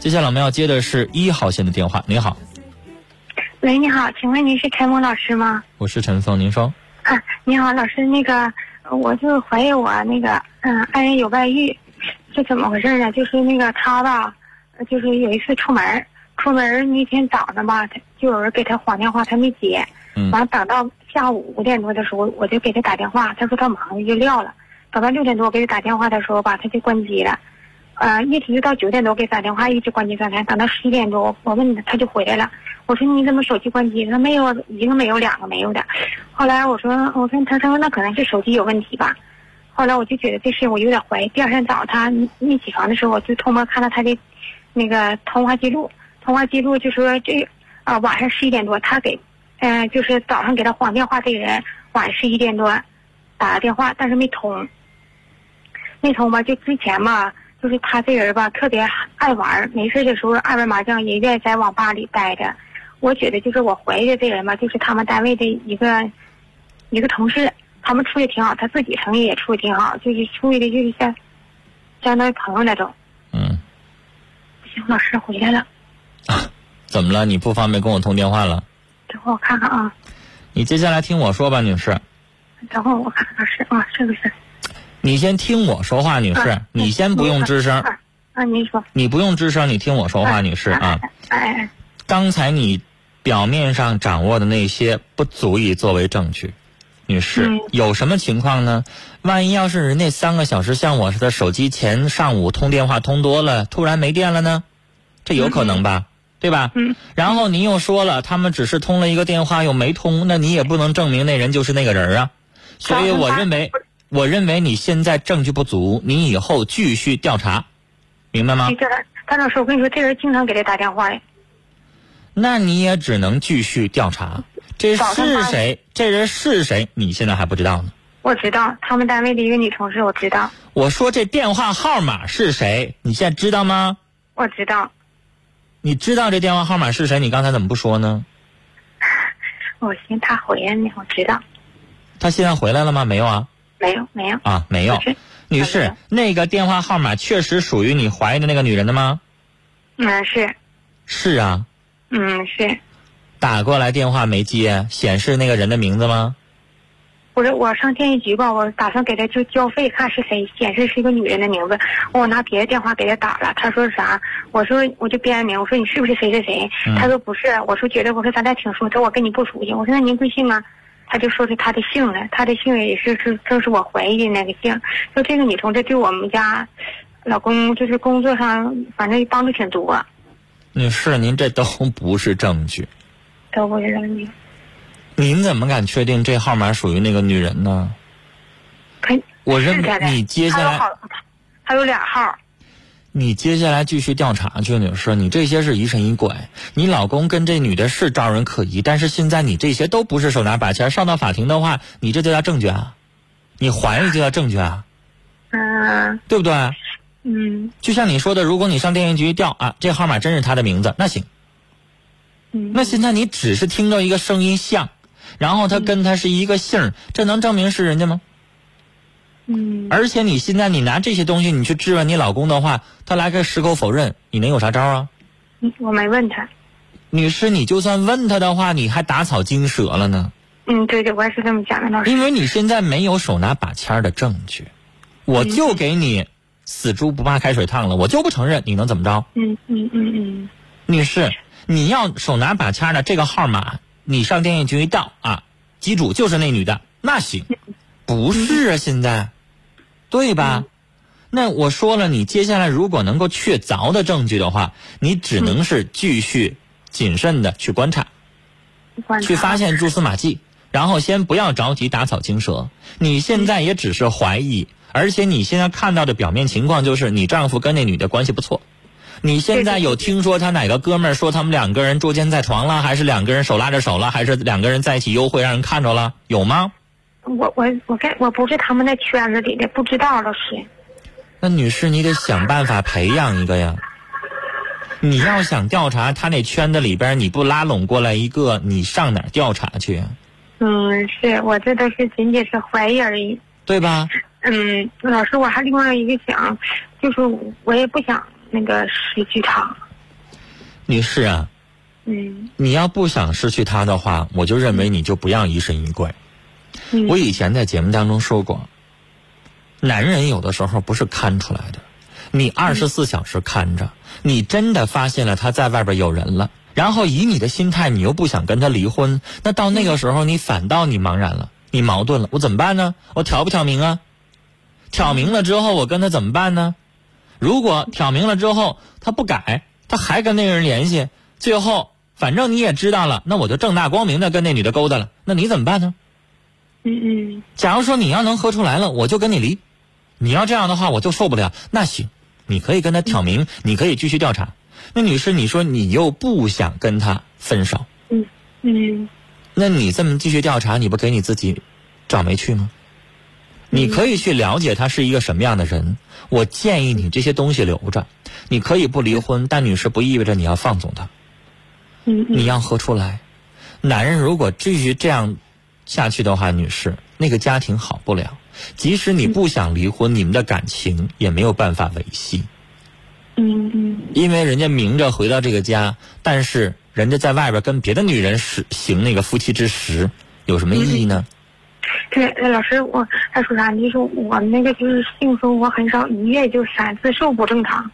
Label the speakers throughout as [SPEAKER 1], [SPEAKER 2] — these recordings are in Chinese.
[SPEAKER 1] 接下来我们要接的是一号线的电话。您好，
[SPEAKER 2] 喂，你好，请问您是陈萌老师吗？
[SPEAKER 1] 我是陈峰，您说。
[SPEAKER 2] 啊，你好，老师，那个呃我就怀疑我那个嗯爱人有外遇，是怎么回事呢？就是那个他吧，呃就是有一次出门儿，出门儿那天早上吧，他就有人给他晃电话，他没接，
[SPEAKER 1] 嗯
[SPEAKER 2] 完了等到下午五点多的时候，我就给他打电话，他说他忙就撂了。等到六点多我给他打电话的时候吧，他就关机了。呃，一直到九点多给他打电话，一直关机状态。等到十一点多，我问他，他就回来了。我说你怎么手机关机？他说没有，一个没有，两个没有的。后来我说，我说他说那可能是手机有问题吧。后来我就觉得这事我有点怀疑。第二天早上他一起床的时候，我就偷摸看到他的那个通话记录，通话记录就说这啊、晚上十一点多他给，呃，就是早上给他晃电话这个人，晚上十一点多打了电话，但是没通。没通吧，就之前吧，就是他这人吧，特别爱玩儿，没事的时候爱玩麻将，也愿意在网吧里待着。我觉得就是我怀疑的这人吧，就是他们单位的一个一个同事，他们处的挺好，他自己成绩也处的挺好，就是处的就是像相当于朋友那种。
[SPEAKER 1] 嗯，
[SPEAKER 2] 行，老师回来了，
[SPEAKER 1] 怎么了？你不方便跟我通电话了？
[SPEAKER 2] 等会儿我看看啊，
[SPEAKER 1] 你接下来听我说吧，女士。
[SPEAKER 2] 等会儿我看看老师啊，是不是？
[SPEAKER 1] 你先听我说话，女士
[SPEAKER 2] 啊，
[SPEAKER 1] 你先不用吱声，
[SPEAKER 2] 啊啊，您说。
[SPEAKER 1] 你不用吱声，你听我说话，女士啊。
[SPEAKER 2] 哎哎哎，
[SPEAKER 1] 刚才你表面上掌握的那些不足以作为证据，女士
[SPEAKER 2] 嗯，
[SPEAKER 1] 有什么情况呢？万一要是人那三个小时像我似的，手机前上午通电话通多了，突然没电了呢？这有可能吧？对吧？
[SPEAKER 2] 嗯。
[SPEAKER 1] 然后您又说了，他们只是通了一个电话又没通，那你也不能证明那人就是那个人啊。所以我认为，我认为你现在证据不足，你以后继续调查，明白吗
[SPEAKER 2] 这？人，潘老师，我跟你说，这人经常给他打电话呀。
[SPEAKER 1] 那你也只能继续调查。这
[SPEAKER 2] 早上
[SPEAKER 1] 是
[SPEAKER 2] 八
[SPEAKER 1] 谁？这人是谁？你现在还不知道呢。
[SPEAKER 2] 我知道他们单位的一个女同事，我知道，
[SPEAKER 1] 我说这电话号码是谁？你现在知道吗？
[SPEAKER 2] 我知道，
[SPEAKER 1] 你知道这电话号码是谁？你刚才怎么不说呢？
[SPEAKER 2] 我寻思他回来呢，我知道，
[SPEAKER 1] 他现在回来了吗？没有啊
[SPEAKER 2] 没有没有，
[SPEAKER 1] 啊，没有
[SPEAKER 2] 不。是
[SPEAKER 1] 女士，那个电话号码确实属于你怀疑的那个女人的吗？
[SPEAKER 2] 嗯是，
[SPEAKER 1] 是啊，
[SPEAKER 2] 嗯是，
[SPEAKER 1] 打过来电话没接，显示那个人的名字吗？
[SPEAKER 2] 我说我上电信局吧，我打算给他就交费，看是谁显示是一个女人的名字，我拿别的电话给他打了，他说啥？我说我就编名，我说你是不是谁谁谁？
[SPEAKER 1] 嗯
[SPEAKER 2] 他说不是，我说觉得我说咱俩挺熟，他说我跟你不熟悉，我说那您贵姓啊？他就说是他的姓了，他的姓也是是正是我怀疑的那个姓，说这个女同志对我们家老公就是工作上反正帮助挺多。
[SPEAKER 1] 女士，您这都不是证据，
[SPEAKER 2] 都不是证据。
[SPEAKER 1] 您怎么敢确定这号码属于那个女人呢？
[SPEAKER 2] 可以
[SPEAKER 1] 我认
[SPEAKER 2] 是
[SPEAKER 1] 为
[SPEAKER 2] 的
[SPEAKER 1] 你接下
[SPEAKER 2] 还有
[SPEAKER 1] 来，
[SPEAKER 2] 好，还有俩号，
[SPEAKER 1] 你接下来继续调查去，女士，你这些是疑神疑鬼。你老公跟这女的是招人可疑，但是现在你这些都不是手拿把掐，上到法庭的话，你这就叫证据啊，你怀疑就叫证据啊，
[SPEAKER 2] 嗯
[SPEAKER 1] 对不对？
[SPEAKER 2] 嗯
[SPEAKER 1] 就像你说的，如果你上电信局调啊，这号码真是她的名字，那行。
[SPEAKER 2] 嗯，
[SPEAKER 1] 那现在你只是听到一个声音像，然后她跟她是一个姓儿，这能证明是人家吗？
[SPEAKER 2] 嗯
[SPEAKER 1] 而且你现在你拿这些东西你去质问你老公的话，他来个矢口否认，你能有啥招啊？
[SPEAKER 2] 我没问他，
[SPEAKER 1] 女士，你就算问他的话，你还打草惊蛇了呢，
[SPEAKER 2] 嗯对对，我也是这么想的，老师，
[SPEAKER 1] 因为你现在没有手拿把掐儿的证据，我就给你死猪不怕开水烫了，我就不承认，你能怎么着？
[SPEAKER 2] 嗯嗯嗯嗯
[SPEAKER 1] 女士，你要手拿把掐儿的这个号码，你上电信局一到啊，机主就是那女的，那行，不是啊，现在，对吧？那我说了，你接下来如果能够确凿的证据的话，你只能是继续谨慎的去观察。
[SPEAKER 2] 不管他，
[SPEAKER 1] 去发现蛛丝马迹，然后先不要着急打草惊蛇。你现在也只是怀疑，而且你现在看到的表面情况就是你丈夫跟那女的关系不错。你现在有听说他哪个哥们儿说他们两个人捉奸在床了，还是两个人手拉着手了，还是两个人在一起幽会让人看着了？有吗？
[SPEAKER 2] 我我我该我不是他们那圈子里的，不知道老师，
[SPEAKER 1] 那女士，你得想办法培养一个呀。你要想调查他那圈子里边儿，你不拉拢过来一个，你上哪儿调查去啊呀？
[SPEAKER 2] 嗯是我这都是仅仅是怀疑而已，
[SPEAKER 1] 对吧？
[SPEAKER 2] 嗯老师我还另外一个想，就是我也不想那个失去他，
[SPEAKER 1] 女士啊，
[SPEAKER 2] 嗯
[SPEAKER 1] 你要不想失去他的话，我就认为你就不要疑神疑鬼。
[SPEAKER 2] 嗯，
[SPEAKER 1] 我以前在节目当中说过，男人有的时候不是看出来的，你二十四小时看着，你真的发现了他在外边有人了，然后以你的心态，你又不想跟他离婚，那到那个时候你反倒你茫然了，你矛盾了，我怎么办呢？我挑不挑明啊？挑明了之后，我跟他怎么办呢？如果挑明了之后他不改，他还跟那个人联系，最后反正你也知道了，那我就正大光明的跟那女的勾搭了，那你怎么办呢？
[SPEAKER 2] 嗯嗯
[SPEAKER 1] 假如说你要能喝出来了，我就跟你离；你要这样的话，我就受不了。那行，你可以跟他挑明，你可以继续调查。那女士，你说你又不想跟他分手，
[SPEAKER 2] 嗯
[SPEAKER 1] 那你这么继续调查，你不给你自己找没趣吗？你可以去了解他是一个什么样的人。我建议你这些东西留着，你可以不离婚，但女士不意味着你要放纵他。
[SPEAKER 2] 嗯
[SPEAKER 1] 你
[SPEAKER 2] 嗯
[SPEAKER 1] 要喝出来。男人如果继续这样下去的话，女士，那个家庭好不了。即使你不想离婚，你们的感情也没有办法维系，
[SPEAKER 2] 嗯嗯
[SPEAKER 1] 因为人家明着回到这个家，但是人家在外边跟别的女人使行那个夫妻之实，有什么意义呢？
[SPEAKER 2] 对，呃老师，我还说啥？就是我那个就是性生活很少，一月就三次，是不是不正常？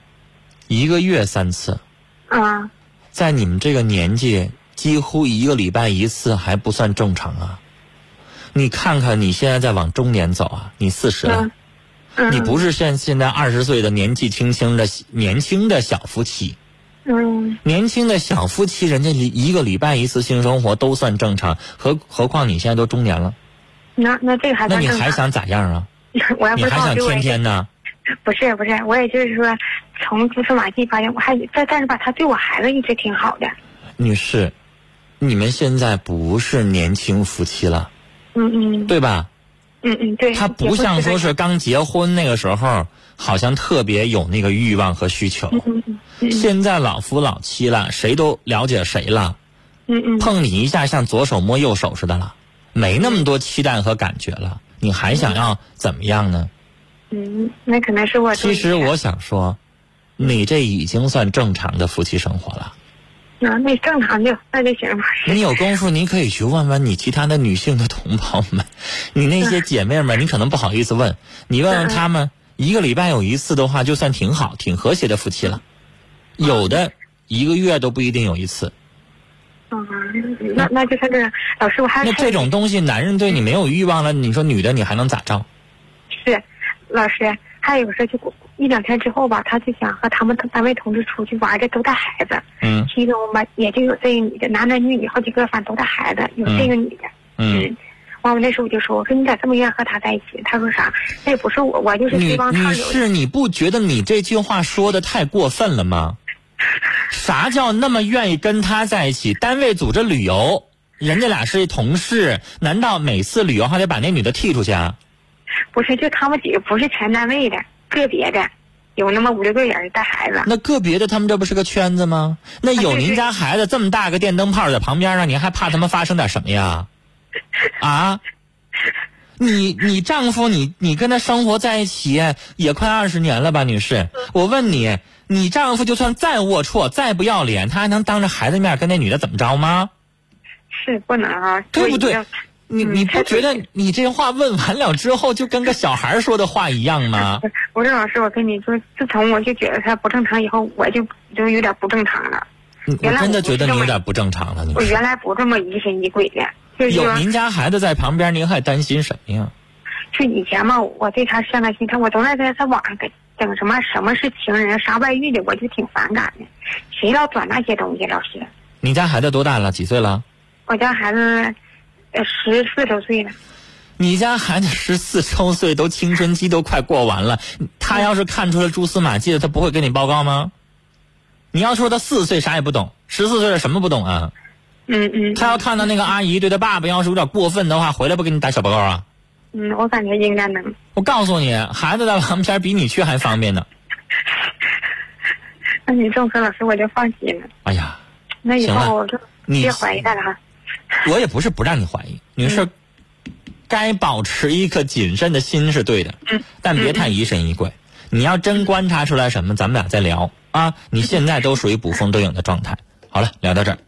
[SPEAKER 1] 一个月三次，
[SPEAKER 2] 啊，
[SPEAKER 1] 在你们这个年纪，几乎一个礼拜一次还不算正常啊。你看看你现在在往中年走啊，你四十了。
[SPEAKER 2] 嗯嗯，
[SPEAKER 1] 你不是现现在二十岁的年纪轻轻的年轻的小夫妻，
[SPEAKER 2] 嗯
[SPEAKER 1] 年轻的小夫妻，人家一一个礼拜一次性生活都算正常，何何况你现在都中年了，
[SPEAKER 2] 那啊那这个还
[SPEAKER 1] 那
[SPEAKER 2] 算
[SPEAKER 1] 你
[SPEAKER 2] 正
[SPEAKER 1] 还
[SPEAKER 2] 常。
[SPEAKER 1] 想咋样啊？
[SPEAKER 2] 我要不
[SPEAKER 1] 你
[SPEAKER 2] 是
[SPEAKER 1] 还
[SPEAKER 2] 刚好
[SPEAKER 1] 想
[SPEAKER 2] 对我
[SPEAKER 1] 天天呢？
[SPEAKER 2] 不是不是，我也就是说，从蛛丝马迹发现，我还但但是吧，他对我孩子一直挺好的。
[SPEAKER 1] 女士，你们现在不是年轻夫妻了，
[SPEAKER 2] 嗯嗯
[SPEAKER 1] 对吧？
[SPEAKER 2] 嗯嗯，对。
[SPEAKER 1] 他不像说是刚结婚那个时候，好像特别有那个欲望和需求。
[SPEAKER 2] 嗯嗯嗯
[SPEAKER 1] 现在老夫老妻了，谁都了解谁了。
[SPEAKER 2] 嗯嗯
[SPEAKER 1] 碰你一下像左手摸右手似的了，没那么多期待和感觉了，你还想要怎么样呢？
[SPEAKER 2] 嗯，那可能是我
[SPEAKER 1] 其实我想说，你这已经算正常的夫妻生活了。
[SPEAKER 2] 那那正常就那就行吧。
[SPEAKER 1] 你有功夫，你可以去问问你其他的女性的同胞们，你那些姐妹们，你可能不好意思问，你问问她们，一个礼拜有一次的话，就算挺好，挺和谐的夫妻了。有的一个月都不一定有一次，
[SPEAKER 2] 嗯，那那就算这样。老师，我还
[SPEAKER 1] 那这种东西，男人对你没有欲望了，你说女的你还能咋着？
[SPEAKER 2] 是老师，还有说就一两天之后吧，他就想和他们单位同志出去玩的，都带孩子。
[SPEAKER 1] 嗯
[SPEAKER 2] 其中吧，也就有这个女的，男男女女好几个，反正都带孩子，有这个女的。
[SPEAKER 1] 嗯。
[SPEAKER 2] 嗯，完我那时候我就说，我说你咋这么愿意和他在一起？他说啥？那也不是我，我就是希
[SPEAKER 1] 女
[SPEAKER 2] 望他
[SPEAKER 1] 女
[SPEAKER 2] 有。
[SPEAKER 1] 士，你不觉得你这句话说的太过分了 吗？啥叫那么愿意跟他在一起？单位组织旅游，人家俩是同事，难道每次旅游还得把那女的踢出去啊？
[SPEAKER 2] 不是，就他们几个不是全单位的，个别的，有那么五六个人带孩子。
[SPEAKER 1] 那个别的他们这不是个圈子吗？那有您家孩子这么大个电灯泡在旁边啊，你还怕他们发生点什么呀？啊？你你丈夫你你跟他生活在一起也快二十年了吧，女士？我问你，你丈夫就算再龌龊、再不要脸，他还能当着孩子面跟那女的怎么着吗？
[SPEAKER 2] 是不能啊，
[SPEAKER 1] 对不对
[SPEAKER 2] 所以
[SPEAKER 1] 你
[SPEAKER 2] 嗯
[SPEAKER 1] 你不觉得你这话问完了之后就跟个小孩说的话一样吗？
[SPEAKER 2] 就？我说老师，我跟你说，自从我就觉得他不正常以后，我就就有点不正常了。
[SPEAKER 1] 我
[SPEAKER 2] 原来
[SPEAKER 1] 真的觉得
[SPEAKER 2] 我不是
[SPEAKER 1] 你
[SPEAKER 2] 这么
[SPEAKER 1] 有点不正常了，女
[SPEAKER 2] 我
[SPEAKER 1] 士
[SPEAKER 2] 原。来不这么疑神疑鬼的，就是
[SPEAKER 1] 有
[SPEAKER 2] 说，
[SPEAKER 1] 您家孩子在旁边，您还担心什么呀？
[SPEAKER 2] 就以前嘛，我对他上担心，他我总在在他网上给整什么什么是情人啥外遇的，我就挺反感的。谁老转那些东西？老师，
[SPEAKER 1] 你家孩子多大了？几岁了？
[SPEAKER 2] 我家孩子呃十四周岁了，
[SPEAKER 1] 你家孩子十四周岁，都青春期都快过完了，他要是看出了蛛丝马迹了，他不会跟你报告吗？你要说他四岁啥也不懂，十四岁了什么不懂啊？
[SPEAKER 2] 嗯嗯
[SPEAKER 1] 他要看到那个阿姨对他爸爸要是有点过分的话，回来不给你打小报告啊？
[SPEAKER 2] 嗯，我感觉应该能。
[SPEAKER 1] 我告诉你，孩子在旁边比你去还方便呢。
[SPEAKER 2] 那你这么说，老师我就放心了。
[SPEAKER 1] 哎呀，
[SPEAKER 2] 那以
[SPEAKER 1] 行了
[SPEAKER 2] 后我就
[SPEAKER 1] 你
[SPEAKER 2] 别怀疑他了哈。
[SPEAKER 1] 我也不是不让你怀疑，女士，该保持一颗谨慎的心是对的，但别太疑神疑鬼。你要真观察出来什么，咱们俩再聊。啊，你现在都属于捕风捉影的状态。好了，聊到这儿。